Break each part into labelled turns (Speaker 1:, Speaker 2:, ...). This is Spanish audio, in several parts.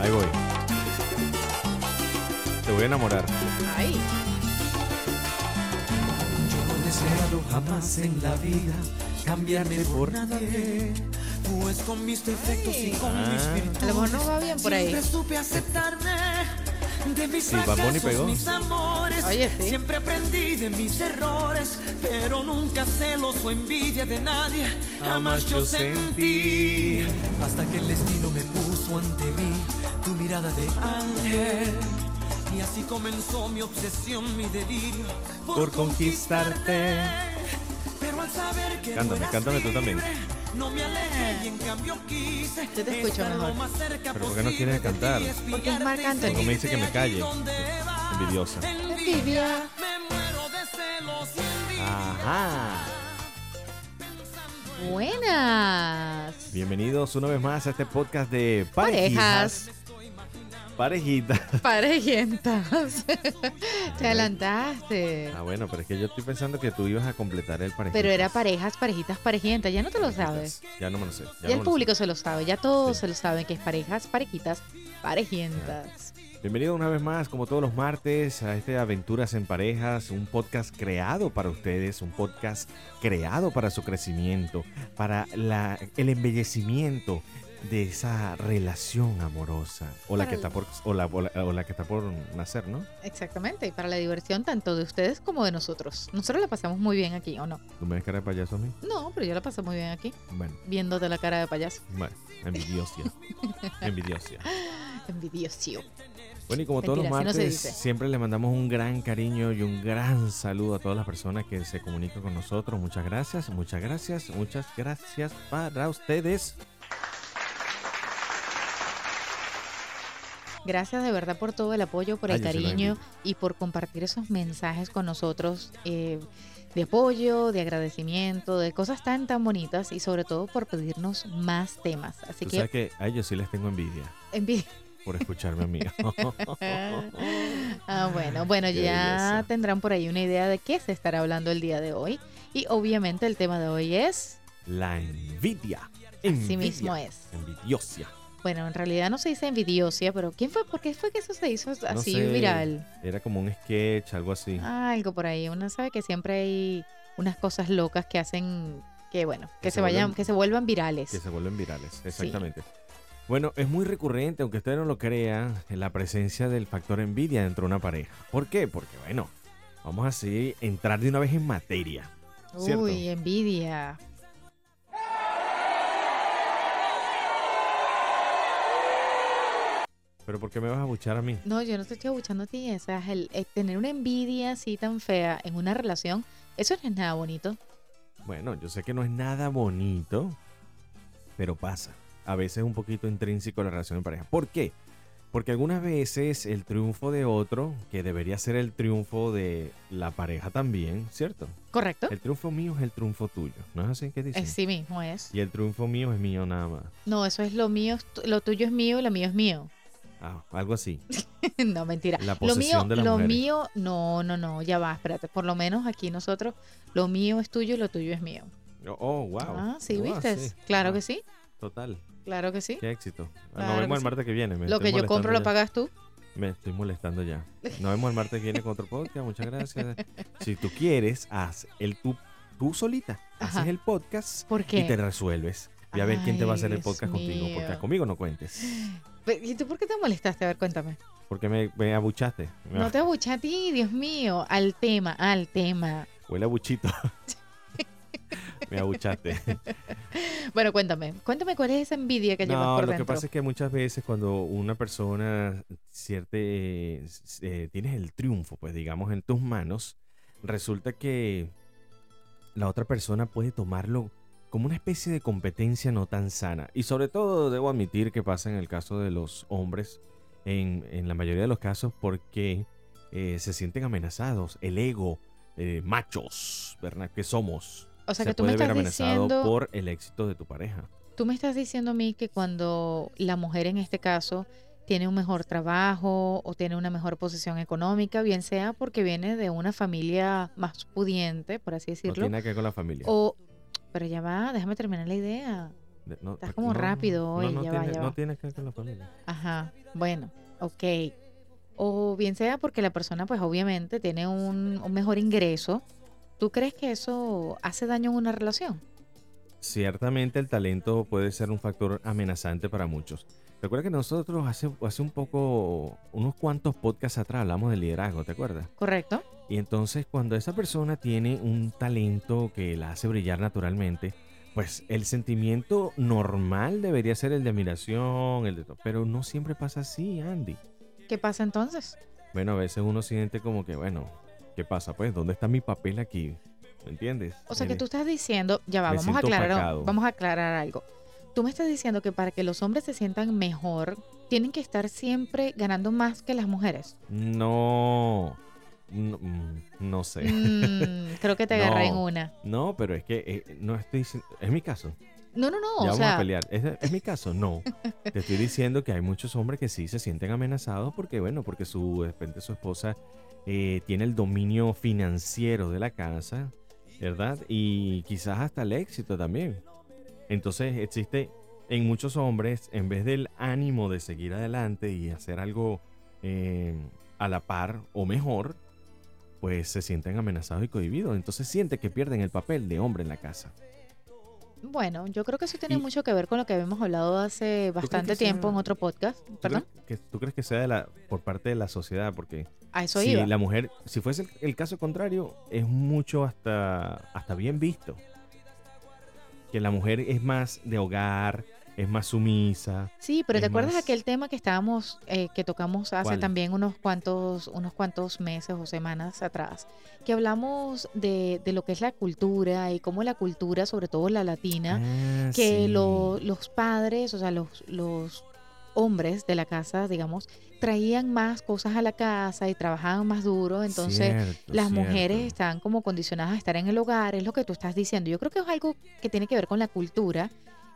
Speaker 1: Ahí voy. Te voy a enamorar.
Speaker 2: Ay,
Speaker 3: No he deseado jamás en la vida cambiarme por nadie. Pues con mis defectos y con mis
Speaker 1: Ah.
Speaker 3: virtudes.
Speaker 2: a lo mejor no va bien por ahí.
Speaker 3: Siempre supe aceptarme de mis
Speaker 1: Sí, Bad Bunny
Speaker 3: fracasos,
Speaker 1: pegó.
Speaker 3: mis amores.
Speaker 2: Oye, sí.
Speaker 3: Siempre aprendí de mis errores, pero nunca celos o envidia de nadie. Jamás yo sentí hasta que el destino me puso ante mí tu mirada de ángel. Y así comenzó mi obsesión, mi delirio por,
Speaker 1: Por conquistarte.
Speaker 3: Pero al saber que
Speaker 1: Cántame,
Speaker 3: tú eras
Speaker 1: cántame tú también.
Speaker 3: libre, No me alejé y en cambio quise
Speaker 2: Yo te escucho
Speaker 3: estar lo
Speaker 2: mejor.
Speaker 3: más cerca
Speaker 1: Pero ¿por qué no
Speaker 3: posible
Speaker 1: quieres
Speaker 3: de ti,
Speaker 1: cantar?
Speaker 2: Porque es Marc
Speaker 3: espiarte y
Speaker 2: Anthony.
Speaker 1: Porque me dice que me
Speaker 3: seguirte
Speaker 1: calle.
Speaker 3: allí donde vas.
Speaker 1: Envidiosa.
Speaker 2: Envidia.
Speaker 3: Me muero de celos y
Speaker 1: Ah.
Speaker 3: envidia.
Speaker 1: Ajá.
Speaker 2: Buenas.
Speaker 1: Bienvenidos una vez más a este podcast de parejas.
Speaker 2: Parejas.
Speaker 1: Parejitas.
Speaker 2: Parejientas. Te adelantaste.
Speaker 1: Ah, bueno, pero es que yo estoy pensando que tú ibas a completar el parejitas.
Speaker 2: Pero era parejas, parejitas, parejientas. Ya no te lo sabes.
Speaker 1: Ya no me lo sé. Ya,
Speaker 2: Ya
Speaker 1: no me
Speaker 2: el
Speaker 1: lo sé.
Speaker 2: público se lo sabe. Ya todos
Speaker 1: Sí.
Speaker 2: se lo saben que es parejas, parejitas, parejientas.
Speaker 1: Bienvenido una vez más, como todos los martes, a este Aventuras en Parejas, un podcast creado para ustedes, un podcast creado para su crecimiento, para la, el embellecimiento de esa relación amorosa o la
Speaker 2: Para
Speaker 1: que
Speaker 2: el-
Speaker 1: está por o la, o la- o la que está por nacer, ¿no?
Speaker 2: Exactamente. Y para la diversión tanto de ustedes como de nosotros. Nosotros la pasamos muy bien aquí, ¿o no?
Speaker 1: ¿Tú me ves cara de payaso a mí?
Speaker 2: No, pero yo la paso muy bien aquí,
Speaker 1: Bueno,
Speaker 2: viéndote la cara de payaso.
Speaker 1: bueno, envidiosa. envidiosa.
Speaker 2: Envidioso.
Speaker 1: Bueno, y como todos los
Speaker 2: Mentira, así no se
Speaker 1: martes,
Speaker 2: dice.
Speaker 1: siempre le mandamos un gran cariño y un gran saludo a todas las personas que se comunican con nosotros. Muchas gracias, muchas gracias, muchas gracias para ustedes.
Speaker 2: Gracias de verdad por todo el apoyo, por el
Speaker 1: Ay, Ah, yo sí los
Speaker 2: cariño y por compartir esos mensajes con nosotros eh, de apoyo, de agradecimiento, de cosas tan tan bonitas y sobre todo por pedirnos más temas. Así
Speaker 1: Tú
Speaker 2: que
Speaker 1: sabes que a ellos sí les tengo envidia
Speaker 2: envi-
Speaker 1: por escucharme a mí.
Speaker 2: ah, bueno, bueno,
Speaker 1: Qué
Speaker 2: ya
Speaker 1: belleza.
Speaker 2: tendrán por ahí una idea de qué se estará hablando el día de hoy y obviamente el tema de hoy es
Speaker 1: La envidia.
Speaker 2: sí mismo es.
Speaker 1: Envidiosa.
Speaker 2: Bueno, en realidad no se dice envidiosia, pero ¿quién fue? ¿Por qué fue que eso se hizo así
Speaker 1: sé.
Speaker 2: viral?
Speaker 1: Era como un sketch, algo así.
Speaker 2: Ah, algo por ahí. Uno sabe que siempre hay unas cosas locas que hacen que, bueno, que,
Speaker 1: Que
Speaker 2: se,
Speaker 1: se
Speaker 2: vayan,
Speaker 1: vuelven-
Speaker 2: que se vuelvan virales.
Speaker 1: Que se vuelven virales, exactamente. Bueno, es muy recurrente, aunque usted no lo crea, la presencia del factor envidia dentro de una pareja. ¿Por qué? Porque, bueno, vamos así a entrar de una vez en materia.
Speaker 2: Uy,
Speaker 1: ¿cierto?
Speaker 2: envidia.
Speaker 1: Pero ¿por qué me vas a buchar a mí?
Speaker 2: No, yo no te estoy abuchando a ti. O sea, el, el tener una envidia así tan fea en una relación, eso no es nada bonito.
Speaker 1: Bueno, yo sé que no es nada bonito, pero pasa. A veces es un poquito intrínseco la relación de pareja. ¿Por qué? Porque algunas veces el triunfo de otro, que debería ser el triunfo de la pareja también, ¿cierto?
Speaker 2: ¿Correcto?
Speaker 1: El triunfo mío es el triunfo tuyo, ¿no es así que dicen?
Speaker 2: Eh, sí mismo es.
Speaker 1: Y el triunfo mío es mío nada más.
Speaker 2: No, eso es lo mío, es tu- lo tuyo es mío y lo mío es mío.
Speaker 1: Ah, algo así.
Speaker 2: no, mentira.
Speaker 1: La
Speaker 2: Lo
Speaker 1: posesión
Speaker 2: mío,
Speaker 1: de las
Speaker 2: lo
Speaker 1: mujeres.
Speaker 2: mío, no, no, no, ya va, espérate. Por lo menos aquí nosotros, lo mío es tuyo y lo tuyo es mío.
Speaker 1: Oh, oh, wow.
Speaker 2: Ah, sí,
Speaker 1: Wow,
Speaker 2: viste. Claro
Speaker 1: Ah,
Speaker 2: que sí,
Speaker 1: Total.
Speaker 2: claro que sí.
Speaker 1: Qué éxito. Ah,
Speaker 2: Claro
Speaker 1: Nos
Speaker 2: que
Speaker 1: vemos
Speaker 2: sí.
Speaker 1: el martes que viene. me
Speaker 2: Lo
Speaker 1: estoy
Speaker 2: que yo compro lo
Speaker 1: molestando
Speaker 2: pagas tú.
Speaker 1: ya. Me estoy molestando ya. Nos vemos el martes que viene con otro podcast. Muchas gracias. si tú quieres, haz el tú, tú solita.
Speaker 2: Ajá.
Speaker 1: Haces el podcast
Speaker 2: ¿Por qué?
Speaker 1: y te resuelves. Voy a ver quién te va a hacer
Speaker 2: Ay,
Speaker 1: el podcast
Speaker 2: Dios
Speaker 1: contigo.
Speaker 2: mío.
Speaker 1: Porque conmigo no cuentes.
Speaker 2: Pe- ¿Y tú por qué te molestaste? A ver, cuéntame.
Speaker 1: Porque me, me abuchaste. Me
Speaker 2: No te abuché a ti, Dios mío. Al tema, al tema.
Speaker 1: Huele a buchito. me abuchaste.
Speaker 2: Bueno, cuéntame. Cuéntame cuál es esa envidia que llevas
Speaker 1: No,
Speaker 2: por
Speaker 1: lo
Speaker 2: dentro.
Speaker 1: que pasa es que muchas veces cuando una persona cierta, eh, s- eh, tienes el triunfo, pues digamos, en tus manos, resulta que la otra persona puede tomarlo como una especie de competencia no tan sana. Y sobre todo debo admitir que pasa en el caso de los hombres, en, en la mayoría de los casos, porque eh, se sienten amenazados, el ego, eh, machos, ¿verdad? Que somos.
Speaker 2: o sea,
Speaker 1: se
Speaker 2: que tú me
Speaker 1: puede ver
Speaker 2: estás
Speaker 1: amenazado
Speaker 2: diciendo,
Speaker 1: por el éxito de tu pareja.
Speaker 2: tú me estás diciendo a mí que cuando la mujer en este caso tiene un mejor trabajo o tiene una mejor posición económica, bien sea porque viene de una familia más pudiente, por así
Speaker 1: No
Speaker 2: decirlo,
Speaker 1: tiene nada que ver con la familia.
Speaker 2: O, pero ya va, déjame terminar la idea.
Speaker 1: De- no,
Speaker 2: Estás
Speaker 1: aquí no-
Speaker 2: como rápido
Speaker 1: no,
Speaker 2: hoy,
Speaker 1: no
Speaker 2: ya va,
Speaker 1: tiene,
Speaker 2: ya
Speaker 1: no
Speaker 2: va.
Speaker 1: tiene que ver con la familia.
Speaker 2: Ajá, bueno, ok. O bien sea porque la persona, pues obviamente, tiene un, un mejor ingreso. ¿Tú crees que eso hace daño en una relación?
Speaker 1: Ciertamente el talento puede ser un factor amenazante para muchos. Recuerda que nosotros hace, hace un poco, unos cuantos podcasts atrás hablamos de liderazgo, ¿te acuerdas?
Speaker 2: ¿Correcto?
Speaker 1: Y entonces cuando esa persona tiene un talento que la hace brillar naturalmente, pues el sentimiento normal debería ser el de admiración, el de to- pero no siempre pasa así, Andy.
Speaker 2: ¿Qué pasa entonces?
Speaker 1: Bueno, a veces uno siente como que, bueno, ¿qué pasa? Pues, ¿dónde está mi papel aquí? ¿Me entiendes? Eh,
Speaker 2: O sea, que
Speaker 1: En-
Speaker 2: tú estás diciendo, ya va,
Speaker 1: Me
Speaker 2: vamos a
Speaker 1: siento
Speaker 2: aclarar,
Speaker 1: opacado.
Speaker 2: vamos a aclarar algo. Tú me estás diciendo que para que los hombres se sientan mejor, tienen que estar siempre ganando más que las mujeres.
Speaker 1: No, no, mm, no sé.
Speaker 2: Mm, creo que te agarré en
Speaker 1: No.
Speaker 2: una.
Speaker 1: No, pero es que eh, no estoy diciendo, es mi caso.
Speaker 2: No, no,
Speaker 1: ya
Speaker 2: no. O
Speaker 1: vamos a
Speaker 2: sea,
Speaker 1: pelear. ¿Es, es mi caso? No. Te estoy diciendo que hay muchos hombres que sí se sienten amenazados porque, bueno, porque su, de repente su esposa eh, tiene el dominio financiero de la casa, ¿verdad? Y quizás hasta el éxito también. Entonces existe en muchos hombres, en vez del ánimo de seguir adelante y hacer algo eh, a la par o mejor, pues se sienten amenazados y cohibidos. Entonces sienten que pierden el papel de hombre en la casa.
Speaker 2: bueno, yo creo que eso tiene
Speaker 1: Y-
Speaker 2: mucho que ver con lo que habíamos hablado hace bastante
Speaker 1: que sea-
Speaker 2: tiempo en otro podcast.
Speaker 1: ¿Tú
Speaker 2: ¿Perdón?
Speaker 1: crees, que, tú crees que sea de la, por parte de la sociedad? Porque
Speaker 2: A eso
Speaker 1: si
Speaker 2: iba.
Speaker 1: la mujer, si fuese el, el caso contrario, es mucho hasta, hasta bien visto. Que la mujer es más de hogar, es más sumisa.
Speaker 2: Sí, pero ¿te
Speaker 1: Es
Speaker 2: acuerdas
Speaker 1: más-
Speaker 2: aquel tema que estábamos, eh, que tocamos hace
Speaker 1: ¿Cuál?
Speaker 2: también unos cuantos, unos cuantos meses o semanas atrás? Que hablamos de, de lo que es la cultura y cómo la cultura, sobre todo la latina,
Speaker 1: Ah,
Speaker 2: que
Speaker 1: sí.
Speaker 2: lo- los padres, o sea, los, los hombres de la casa, digamos, traían más cosas a la casa y trabajaban más duro, entonces
Speaker 1: Cierto,
Speaker 2: las
Speaker 1: cierto.
Speaker 2: mujeres están como condicionadas a estar en el hogar, es lo que tú estás diciendo. Yo creo que es algo que tiene que ver con la cultura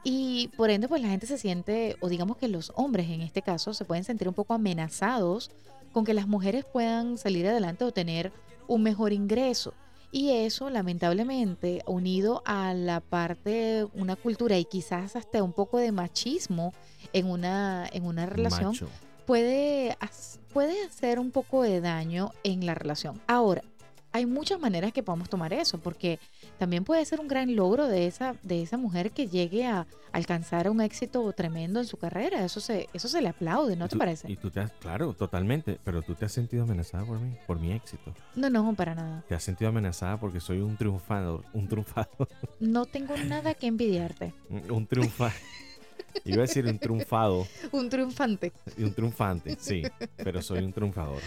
Speaker 2: y por ende pues la gente se siente, o digamos que los hombres en este caso, se pueden sentir un poco amenazados con que las mujeres puedan salir adelante o tener un mejor ingreso. Y eso, lamentablemente, unido a la parte, una cultura y quizás hasta un poco de machismo en una, en una relación,
Speaker 1: Macho.
Speaker 2: puede, hac- puede hacer un poco de daño en la relación. Ahora, hay muchas maneras que podemos tomar eso, porque también puede ser un gran logro de esa, de esa mujer que llegue a alcanzar un éxito tremendo en su carrera. Eso se, eso se le aplaude, ¿no
Speaker 1: Y
Speaker 2: te
Speaker 1: tú-
Speaker 2: parece?
Speaker 1: Y tú te has, claro, totalmente. Pero tú te has sentido amenazada por mí, por mi éxito.
Speaker 2: No, no, para nada.
Speaker 1: Te has sentido amenazada porque soy un triunfador, un triunfador,
Speaker 2: No tengo nada que envidiarte.
Speaker 1: un triunfa. Iba a decir un triunfado.
Speaker 2: Un triunfante.
Speaker 1: Y un triunfante, sí, pero soy un triunfador.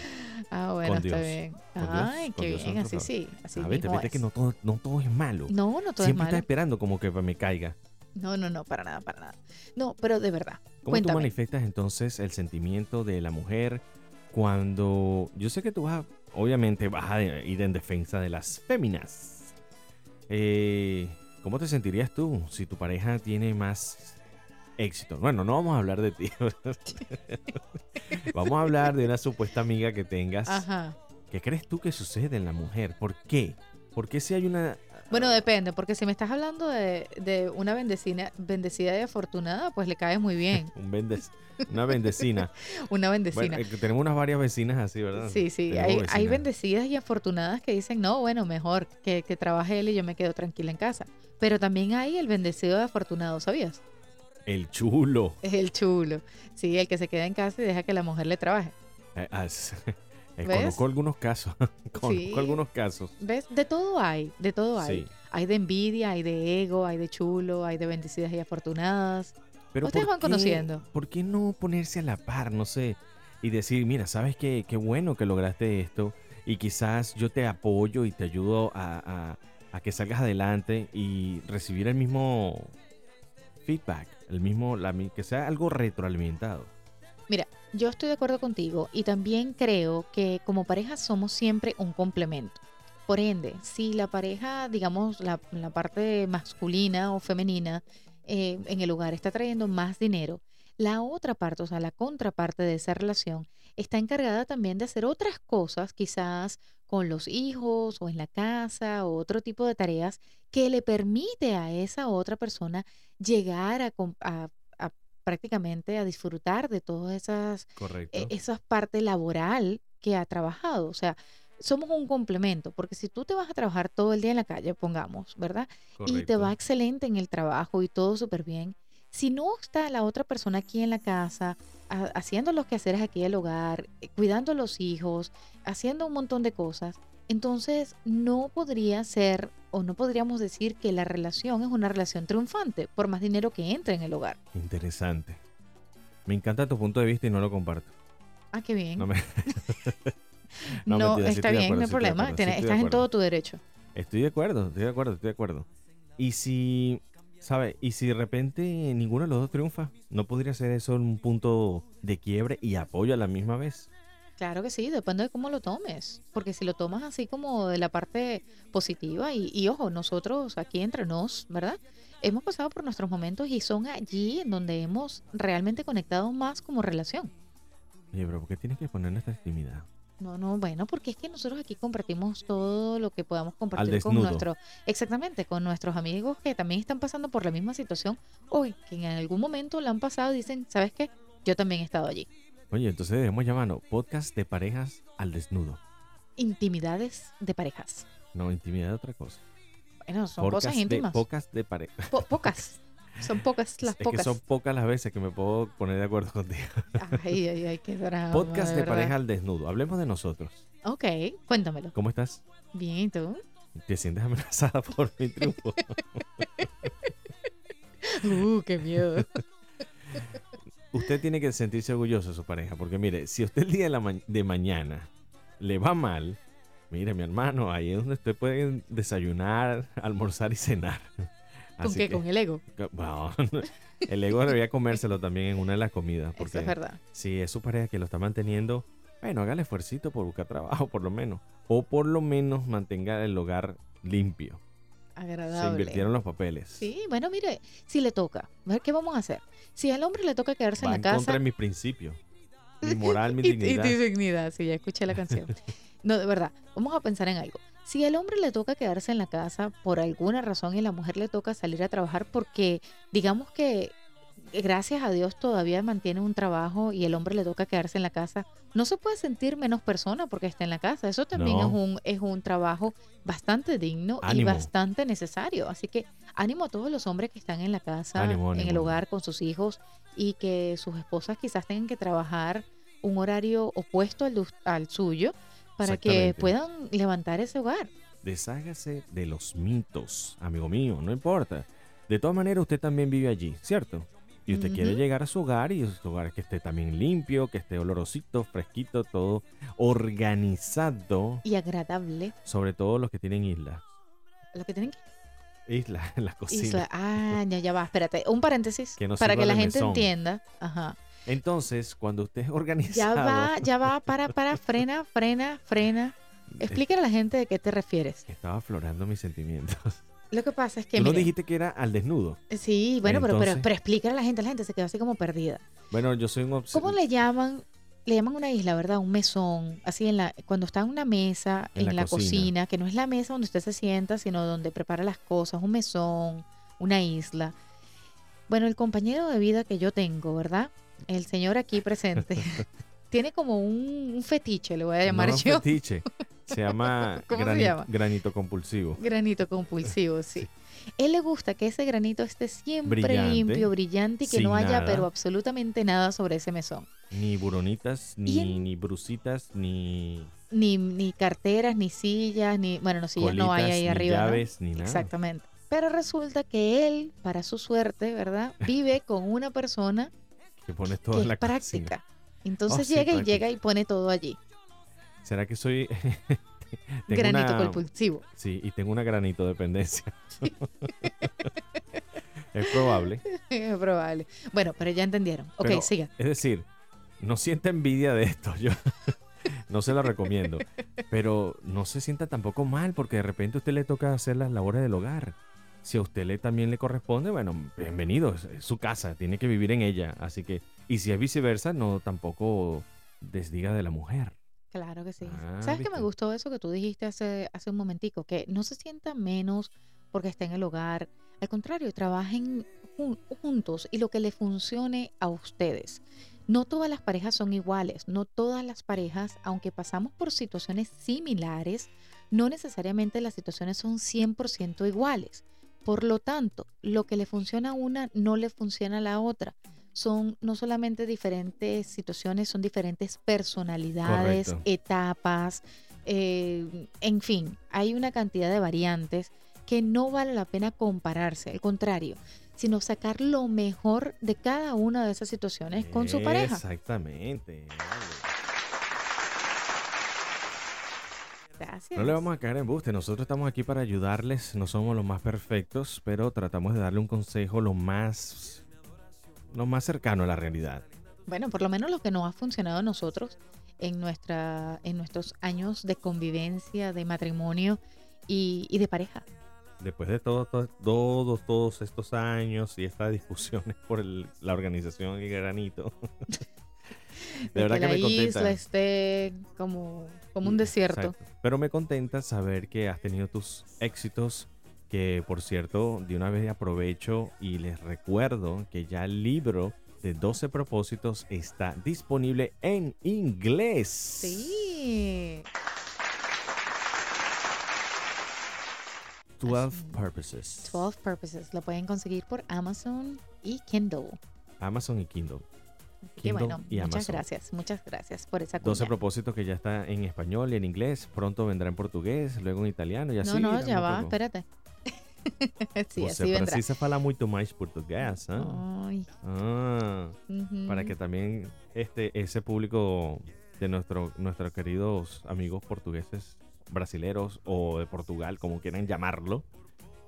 Speaker 2: Ah, bueno,
Speaker 1: Con
Speaker 2: está
Speaker 1: Dios.
Speaker 2: bien.
Speaker 1: Con Dios,
Speaker 2: Ay,
Speaker 1: con
Speaker 2: qué
Speaker 1: Dios
Speaker 2: bien, así
Speaker 1: nosotros.
Speaker 2: sí. Así
Speaker 1: Ah, viste,
Speaker 2: mismo
Speaker 1: viste que
Speaker 2: es.
Speaker 1: no todo, no todo es malo.
Speaker 2: No, no todo es
Speaker 1: Siempre estás
Speaker 2: malo.
Speaker 1: esperando como que me caiga.
Speaker 2: No, no, no, para nada, para nada. No, pero de verdad.
Speaker 1: ¿Cómo tú
Speaker 2: Cuéntame.
Speaker 1: manifiestas entonces el sentimiento de la mujer cuando yo sé que tú vas, a- obviamente vas a ir en defensa de las féminas? Eh, ¿Cómo te sentirías tú si tu pareja tiene más éxito? Bueno, no vamos a hablar de ti. vamos a hablar de una supuesta amiga que tengas.
Speaker 2: Ajá.
Speaker 1: ¿Qué crees tú que sucede en la mujer? ¿Por qué? ¿Por qué si hay una...
Speaker 2: Bueno, depende, porque si me estás hablando de, de una bendecina, bendecida y afortunada, pues le caes muy bien.
Speaker 1: un bendec- una bendecina?
Speaker 2: Una
Speaker 1: Bueno,
Speaker 2: bendecina.
Speaker 1: eh, que tenemos unas varias vecinas así, ¿verdad?
Speaker 2: sí, sí,
Speaker 1: Tenemos
Speaker 2: hay, hay
Speaker 1: vecinas.
Speaker 2: bendecidas y afortunadas que dicen, no, bueno, mejor que, que trabaje él y yo me quedo tranquila en casa. Pero también hay el bendecido y afortunado, ¿sabías?
Speaker 1: El chulo.
Speaker 2: Es el chulo. Sí, el que se queda en casa y deja que la mujer le trabaje.
Speaker 1: Eh, ah, es- eh,
Speaker 2: ¿Ves?
Speaker 1: conozco algunos casos. conozco
Speaker 2: Sí.
Speaker 1: algunos casos.
Speaker 2: ¿Ves? De todo hay, de todo hay.
Speaker 1: Sí.
Speaker 2: Hay de envidia, hay de ego, hay de chulo, hay de bendecidas y afortunadas.
Speaker 1: Pero
Speaker 2: Ustedes
Speaker 1: ¿por
Speaker 2: van conociendo.
Speaker 1: ¿Por qué no ponerse a la par, no sé? Y decir, mira, sabes qué, qué bueno que lograste esto. Y quizás yo te apoyo y te ayudo a, a- a que salgas adelante y recibir el mismo feedback, el mismo, la mi- que sea algo retroalimentado.
Speaker 2: Yo estoy de acuerdo contigo y también creo que como pareja somos siempre un complemento. Por ende, si la pareja, digamos, la, la parte masculina o femenina eh, en el hogar está trayendo más dinero, la otra parte, o sea, la contraparte de esa relación, está encargada también de hacer otras cosas, quizás con los hijos o en la casa o otro tipo de tareas que le permite a esa otra persona llegar a, com- a- a prácticamente a disfrutar de todas esas,
Speaker 1: Correcto.
Speaker 2: e- esas parte laboral que ha trabajado. O sea, somos un complemento, porque si tú te vas a trabajar todo el día en la calle, pongamos, ¿verdad? y te
Speaker 1: correcto.
Speaker 2: va excelente en el trabajo y todo súper bien. Si no está la otra persona aquí en la casa, ha- haciendo los quehaceres aquí del hogar, eh, cuidando a los hijos, haciendo un montón de cosas, entonces no podría ser o no podríamos decir que la relación es una relación triunfante, por más dinero que entre en el hogar.
Speaker 1: Interesante. Me encanta tu punto de vista y no lo comparto.
Speaker 2: Ah, qué bien.
Speaker 1: No
Speaker 2: No,
Speaker 1: me- No, mentira, sí
Speaker 2: está
Speaker 1: estoy de
Speaker 2: bien,
Speaker 1: acuerdo,
Speaker 2: no hay
Speaker 1: sí estoy de
Speaker 2: problema.
Speaker 1: acuerdo, sí
Speaker 2: Tienes-
Speaker 1: estoy de
Speaker 2: estás en
Speaker 1: acuerdo.
Speaker 2: todo tu derecho.
Speaker 1: Estoy de acuerdo, estoy de acuerdo, estoy de acuerdo. Y si, ¿sabe? Y si de repente ninguno de los dos triunfa, ¿no podría ser eso un punto de quiebre y apoyo a la misma vez?
Speaker 2: Claro que sí, depende de cómo lo tomes, porque si lo tomas así como de la parte positiva y, y ojo, nosotros aquí entre nos, ¿verdad? Hemos pasado por nuestros momentos y son allí en donde hemos realmente conectado más como relación.
Speaker 1: Oye, pero ¿por qué tienes que poner esta intimidad?
Speaker 2: No, no, bueno, porque es que nosotros aquí compartimos todo lo que podamos compartir con
Speaker 1: desnudo.
Speaker 2: nuestro, exactamente, con nuestros amigos que también están pasando por la misma situación o que en algún momento la han pasado y dicen, ¿sabes qué? Yo también he estado allí.
Speaker 1: Oye, entonces debemos llamarlo podcast de parejas al desnudo.
Speaker 2: Intimidades de parejas.
Speaker 1: No, intimidad de otra cosa.
Speaker 2: Bueno, son cosas
Speaker 1: Podcast de-
Speaker 2: íntimas.
Speaker 1: podcast de parejas.
Speaker 2: Po- pocas. Son pocas las
Speaker 1: es que
Speaker 2: pocas.
Speaker 1: son pocas las veces que me puedo poner de acuerdo contigo.
Speaker 2: Ay, ay, ay, qué drama.
Speaker 1: podcast de,
Speaker 2: Ah, verdad.
Speaker 1: pareja al desnudo. Hablemos de nosotros.
Speaker 2: Ok, cuéntamelo.
Speaker 1: ¿Cómo estás?
Speaker 2: Bien, ¿y tú?
Speaker 1: ¿Te sientes amenazada por mi triunfo?
Speaker 2: Uh, qué miedo.
Speaker 1: Usted tiene que sentirse orgulloso de su pareja, porque mire, si usted el día de, la ma- de mañana le va mal, mire, mi hermano, ahí es donde usted puede desayunar, almorzar y cenar.
Speaker 2: ¿Con
Speaker 1: Así
Speaker 2: qué?
Speaker 1: que-
Speaker 2: Con el ego.
Speaker 1: que- no, el ego debería comérselo también en una de las comidas,
Speaker 2: Eso es
Speaker 1: porque
Speaker 2: verdad.
Speaker 1: si es su pareja que lo está manteniendo, bueno, haga el esfuercito por buscar trabajo, por lo menos, o por lo menos mantenga el hogar limpio. Se
Speaker 2: Agradable.
Speaker 1: invirtieron los papeles.
Speaker 2: Sí, bueno, mire, si le toca, a ver, ¿qué vamos a hacer? Si al hombre le toca quedarse
Speaker 1: Va
Speaker 2: en
Speaker 1: en
Speaker 2: la
Speaker 1: contra
Speaker 2: casa
Speaker 1: de mis principios, mi moral, mi
Speaker 2: y, y tu
Speaker 1: dignidad.
Speaker 2: dignidad, sí, ya escuché la canción. No, de verdad, vamos a pensar en algo. Si al hombre le toca quedarse en la casa por alguna razón y la mujer le toca salir a trabajar porque, digamos que, eh, gracias a Dios todavía mantiene un trabajo y el hombre le toca quedarse en la casa, no se puede sentir menos persona porque está en la casa. Eso también
Speaker 1: No.
Speaker 2: es, un, es un trabajo bastante digno
Speaker 1: Ánimo.
Speaker 2: y bastante necesario. Así que ánimo a todos los hombres que están en la casa,
Speaker 1: Ánimo,
Speaker 2: en el
Speaker 1: ánimo.
Speaker 2: hogar con sus hijos y que sus esposas quizás tengan que trabajar un horario opuesto al, de us- al suyo para que
Speaker 1: Exactamente.
Speaker 2: puedan levantar ese hogar.
Speaker 1: Deshágase de los mitos, amigo mío, no importa. De todas maneras, usted también vive allí, ¿cierto? Y usted quiere
Speaker 2: Ujú.
Speaker 1: llegar a su hogar y su hogar que esté también limpio, que esté olorosito, fresquito, todo organizado,
Speaker 2: Y agradable.
Speaker 1: sobre todo los que tienen islas.
Speaker 2: Lo que tienen que
Speaker 1: Islas en la cocina.
Speaker 2: Isla- Ah, ya, ya va. Espérate. Un paréntesis
Speaker 1: Que no
Speaker 2: para
Speaker 1: sirva
Speaker 2: que la
Speaker 1: de
Speaker 2: gente
Speaker 1: mesón.
Speaker 2: entienda. Ajá.
Speaker 1: Entonces, cuando usted es
Speaker 2: Ya
Speaker 1: organizado,
Speaker 2: va, ya va. Para, para. Frena, frena, frena. Explícale a la gente de qué te refieres.
Speaker 1: estaba aflorando mis sentimientos.
Speaker 2: Lo que pasa es que.
Speaker 1: Tú no
Speaker 2: miren,
Speaker 1: dijiste que era al desnudo.
Speaker 2: sí, bueno, pero, pero,
Speaker 1: Entonces-
Speaker 2: pero explícale a la gente. La gente se quedó así como perdida.
Speaker 1: Bueno, yo soy un obs-
Speaker 2: ¿Cómo le llaman? Le llaman una isla, ¿verdad? Un mesón, así en la cuando está en una mesa
Speaker 1: En
Speaker 2: en,
Speaker 1: la
Speaker 2: la,
Speaker 1: cocina.
Speaker 2: cocina. que no es la mesa donde usted se sienta, sino donde prepara las cosas, un mesón, una isla. Bueno, el compañero de vida que yo tengo, ¿verdad? El señor aquí presente tiene como un, un fetiche, le voy a llamar
Speaker 1: no
Speaker 2: yo,
Speaker 1: fetiche. Se llama,
Speaker 2: ¿Cómo se
Speaker 1: grani-
Speaker 2: llama?
Speaker 1: granito compulsivo.
Speaker 2: granito compulsivo, sí. Él le gusta que ese granito esté siempre
Speaker 1: Brillante,
Speaker 2: limpio, brillante y que
Speaker 1: sin
Speaker 2: no haya
Speaker 1: nada.
Speaker 2: pero absolutamente nada sobre ese mesón.
Speaker 1: Ni buronitas,
Speaker 2: Y
Speaker 1: ni,
Speaker 2: en-
Speaker 1: ni brucitas, ni
Speaker 2: ni, ni carteras, ni sillas, ni. Bueno, no, sillas
Speaker 1: colitas,
Speaker 2: no hay ahí
Speaker 1: ni
Speaker 2: arriba. ¿no?
Speaker 1: llaves, ni nada.
Speaker 2: Exactamente. Pero resulta que él, para su suerte, ¿verdad? Vive con una persona
Speaker 1: Que pones todo
Speaker 2: que
Speaker 1: en la
Speaker 2: es
Speaker 1: cocina.
Speaker 2: práctica. Entonces
Speaker 1: Oh, sí,
Speaker 2: llega y
Speaker 1: práctica.
Speaker 2: llega y pone todo allí.
Speaker 1: ¿Será que soy... tengo
Speaker 2: granito
Speaker 1: una-
Speaker 2: compulsivo.
Speaker 1: Sí, y tengo una granito dependencia. es probable.
Speaker 2: Es probable. Bueno, pero ya entendieron. Ok,
Speaker 1: Pero-
Speaker 2: sigan.
Speaker 1: Es decir, no sienta envidia de esto. Yo no se lo recomiendo. Pero no se sienta tampoco mal porque de repente a usted le toca hacer las labores del hogar. Si a usted le, también le corresponde, bueno, bienvenido. Es, es su casa, tiene que vivir en ella. Así que, y si es viceversa, no tampoco desdiga de la mujer.
Speaker 2: Claro que sí.
Speaker 1: Ah,
Speaker 2: ¿Sabes que
Speaker 1: ¿viste?
Speaker 2: me gustó eso que tú dijiste hace, hace un momentico? Que no se sienta menos porque está en el hogar. Al contrario, trabajen jun- juntos y lo que le funcione a ustedes. No todas las parejas son iguales, no todas las parejas, aunque pasamos por situaciones similares, no necesariamente las situaciones son 100% iguales. Por lo tanto, lo que le funciona a una no le funciona a la otra. Son no solamente diferentes situaciones, son diferentes personalidades,
Speaker 1: Correcto.
Speaker 2: etapas, eh, en fin, hay una cantidad de variantes que no vale la pena compararse, al contrario, sino sacar lo mejor de cada una de esas situaciones con su pareja.
Speaker 1: Exactamente. vale.
Speaker 2: Gracias.
Speaker 1: No le vamos a caer en buste. Nosotros estamos aquí para ayudarles. No somos los más perfectos, pero tratamos de darle un consejo lo más, lo más cercano a la realidad.
Speaker 2: Bueno, por lo menos lo que nos ha funcionado a nosotros en, nuestra, en nuestros años de convivencia, de matrimonio y, y de pareja.
Speaker 1: Después de todo, to- todos, todos estos años y estas discusiones por el- la organización y granito. De verdad
Speaker 2: que
Speaker 1: que
Speaker 2: la
Speaker 1: me
Speaker 2: isla
Speaker 1: contenta.
Speaker 2: esté como, como un
Speaker 1: Mm,
Speaker 2: desierto.
Speaker 1: exacto. Pero me contenta saber que has tenido tus éxitos. Que por cierto, de una vez aprovecho y les recuerdo que ya el libro de 12 propósitos está disponible en inglés.
Speaker 2: Sí.
Speaker 1: 12 Purposes.
Speaker 2: 12 Purposes. Lo pueden conseguir por Amazon y Kindle.
Speaker 1: Amazon y Kindle.
Speaker 2: Así que
Speaker 1: Kindle
Speaker 2: bueno,
Speaker 1: y
Speaker 2: muchas
Speaker 1: Amazon.
Speaker 2: gracias. Muchas gracias por esa
Speaker 1: 12
Speaker 2: cuña.
Speaker 1: propósitos que ya está en español y en inglés. Pronto vendrá en portugués, luego en italiano y así.
Speaker 2: No, no, ya
Speaker 1: dando
Speaker 2: va,
Speaker 1: poco.
Speaker 2: espérate. sí,
Speaker 1: Você
Speaker 2: así vendrá.
Speaker 1: precisa falar muito mais portugués, ¿eh?
Speaker 2: Ay,
Speaker 1: Ah.
Speaker 2: ujú.
Speaker 1: para que también este ese público de nuestro nuestros queridos amigos portugueses brasileros o de Portugal como quieran llamarlo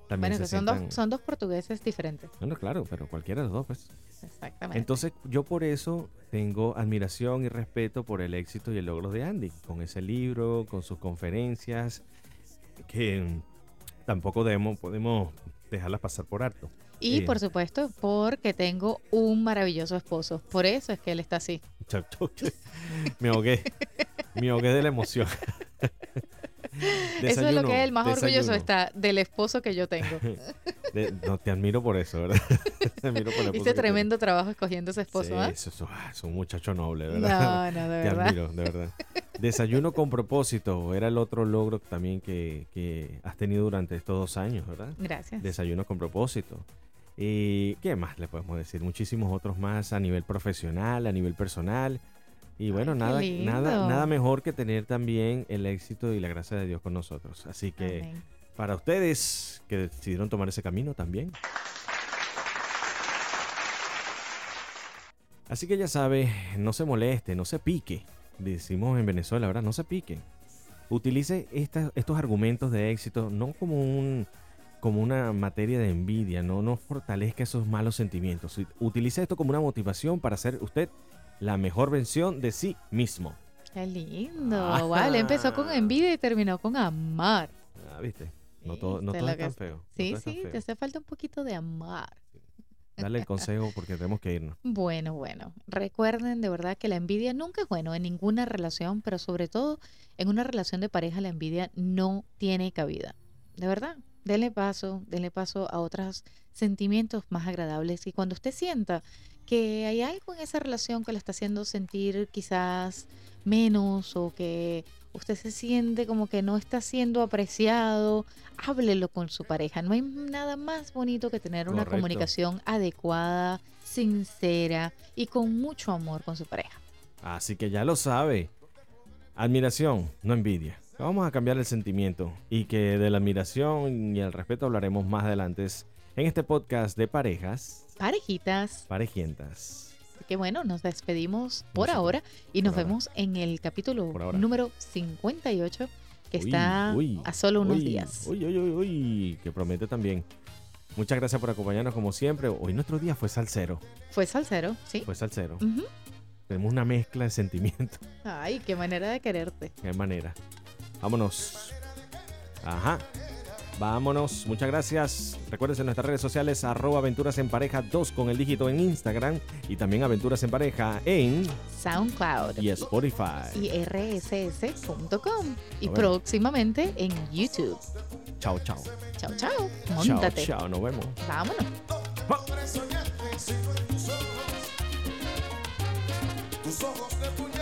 Speaker 1: también
Speaker 2: Bueno,
Speaker 1: se
Speaker 2: que son,
Speaker 1: sientan-
Speaker 2: dos, son dos portugueses diferentes.
Speaker 1: bueno claro pero cualquiera de los dos pues
Speaker 2: Exactamente.
Speaker 1: entonces yo por eso tengo admiración y respeto por el éxito y el logro de Andy con ese libro con sus conferencias que mm, tampoco debemos podemos dejarlas pasar por harto
Speaker 2: y
Speaker 1: eh.
Speaker 2: por supuesto, porque tengo un maravilloso esposo. Por eso es que él está así.
Speaker 1: Chau, chau, chau. Me ahogué. Me ahogué de la emoción.
Speaker 2: eso es lo
Speaker 1: Desayuno,
Speaker 2: que él más orgulloso
Speaker 1: desayuno.
Speaker 2: está del esposo que yo tengo.
Speaker 1: De- no, te admiro por eso, ¿verdad? te admiro por la esposa pues que
Speaker 2: Hice
Speaker 1: tienes.
Speaker 2: tremendo trabajo escogiendo ese esposo,
Speaker 1: Sí,
Speaker 2: ¿ah?
Speaker 1: eso- eso- ah, es un muchacho noble, ¿verdad?
Speaker 2: No, no, de
Speaker 1: te
Speaker 2: verdad.
Speaker 1: admiro, de verdad. Desayuno con propósito era el otro logro también que, que has tenido durante estos dos años, ¿verdad?
Speaker 2: Gracias.
Speaker 1: Desayuno con propósito. ¿Y qué más le podemos decir? Muchísimos otros más a nivel profesional, a nivel personal. Y bueno,
Speaker 2: qué
Speaker 1: nada,
Speaker 2: lindo.
Speaker 1: nada, nada mejor que tener también el éxito y la gracia de Dios con nosotros. Así que
Speaker 2: Amén.
Speaker 1: para ustedes que decidieron tomar ese camino también. Así que ya sabe, no se moleste, no se pique. Decimos en Venezuela, ¿verdad? No se pique. Utilice esta- estos argumentos de éxito no como un como una materia de envidia, no, no fortalezca esos malos sentimientos. Utilice esto como una motivación para ser usted la mejor versión de sí mismo.
Speaker 2: Qué lindo.
Speaker 1: Ah.
Speaker 2: Vale, empezó con envidia y terminó con amar.
Speaker 1: Ah, ¿viste? No todo, no
Speaker 2: ¿Viste
Speaker 1: todo
Speaker 2: Este, lo
Speaker 1: es
Speaker 2: que
Speaker 1: tan
Speaker 2: es?
Speaker 1: feo. no
Speaker 2: Sí,
Speaker 1: todo es tan
Speaker 2: sí,
Speaker 1: feo.
Speaker 2: te hace falta un poquito de amar.
Speaker 1: Dale el consejo porque tenemos que irnos.
Speaker 2: Bueno, bueno, recuerden de verdad que la envidia nunca es bueno en ninguna relación, pero sobre todo en una relación de pareja la envidia no tiene cabida. De verdad, denle paso, denle paso a otros sentimientos más agradables y cuando usted sienta que hay algo en esa relación que la está haciendo sentir quizás menos o que usted se siente como que no está siendo apreciado, háblelo con su pareja. No hay nada más bonito que tener una
Speaker 1: Correcto.
Speaker 2: comunicación adecuada, sincera y con mucho amor con su pareja.
Speaker 1: Así que ya lo sabe. Admiración, no envidia. Vamos a cambiar el sentimiento y que de la admiración y el respeto hablaremos más adelante en este podcast de parejas,
Speaker 2: Parejitas,
Speaker 1: parejientas.
Speaker 2: Así que bueno, nos despedimos por
Speaker 1: Nosotros,
Speaker 2: ahora y nos
Speaker 1: por ahora.
Speaker 2: vemos en el capítulo
Speaker 1: Por ahora.
Speaker 2: número 58 que
Speaker 1: Uy,
Speaker 2: está
Speaker 1: uy,
Speaker 2: a solo unos
Speaker 1: uy,
Speaker 2: días.
Speaker 1: Uy, uy, uy, uy, que promete también. Muchas gracias por acompañarnos como siempre. Hoy nuestro día fue salsero.
Speaker 2: Fue salsero, ¿sí?
Speaker 1: Fue salsero.
Speaker 2: Ujú.
Speaker 1: Tenemos una mezcla de sentimientos.
Speaker 2: Ay, qué manera de quererte.
Speaker 1: Qué manera. Vámonos. Ajá. Vámonos, muchas gracias. Recuerden en nuestras redes sociales arroba aventuras en pareja 2 con el dígito en Instagram y también aventuras en pareja en
Speaker 2: SoundCloud
Speaker 1: y Spotify.
Speaker 2: y rss.com y
Speaker 1: Bueno.
Speaker 2: próximamente en YouTube.
Speaker 1: Chao, chao.
Speaker 2: Chao, chao.
Speaker 1: Chao,
Speaker 2: Móntate.
Speaker 1: chao, nos vemos.
Speaker 2: Vámonos.
Speaker 4: Tus ojos de puñal.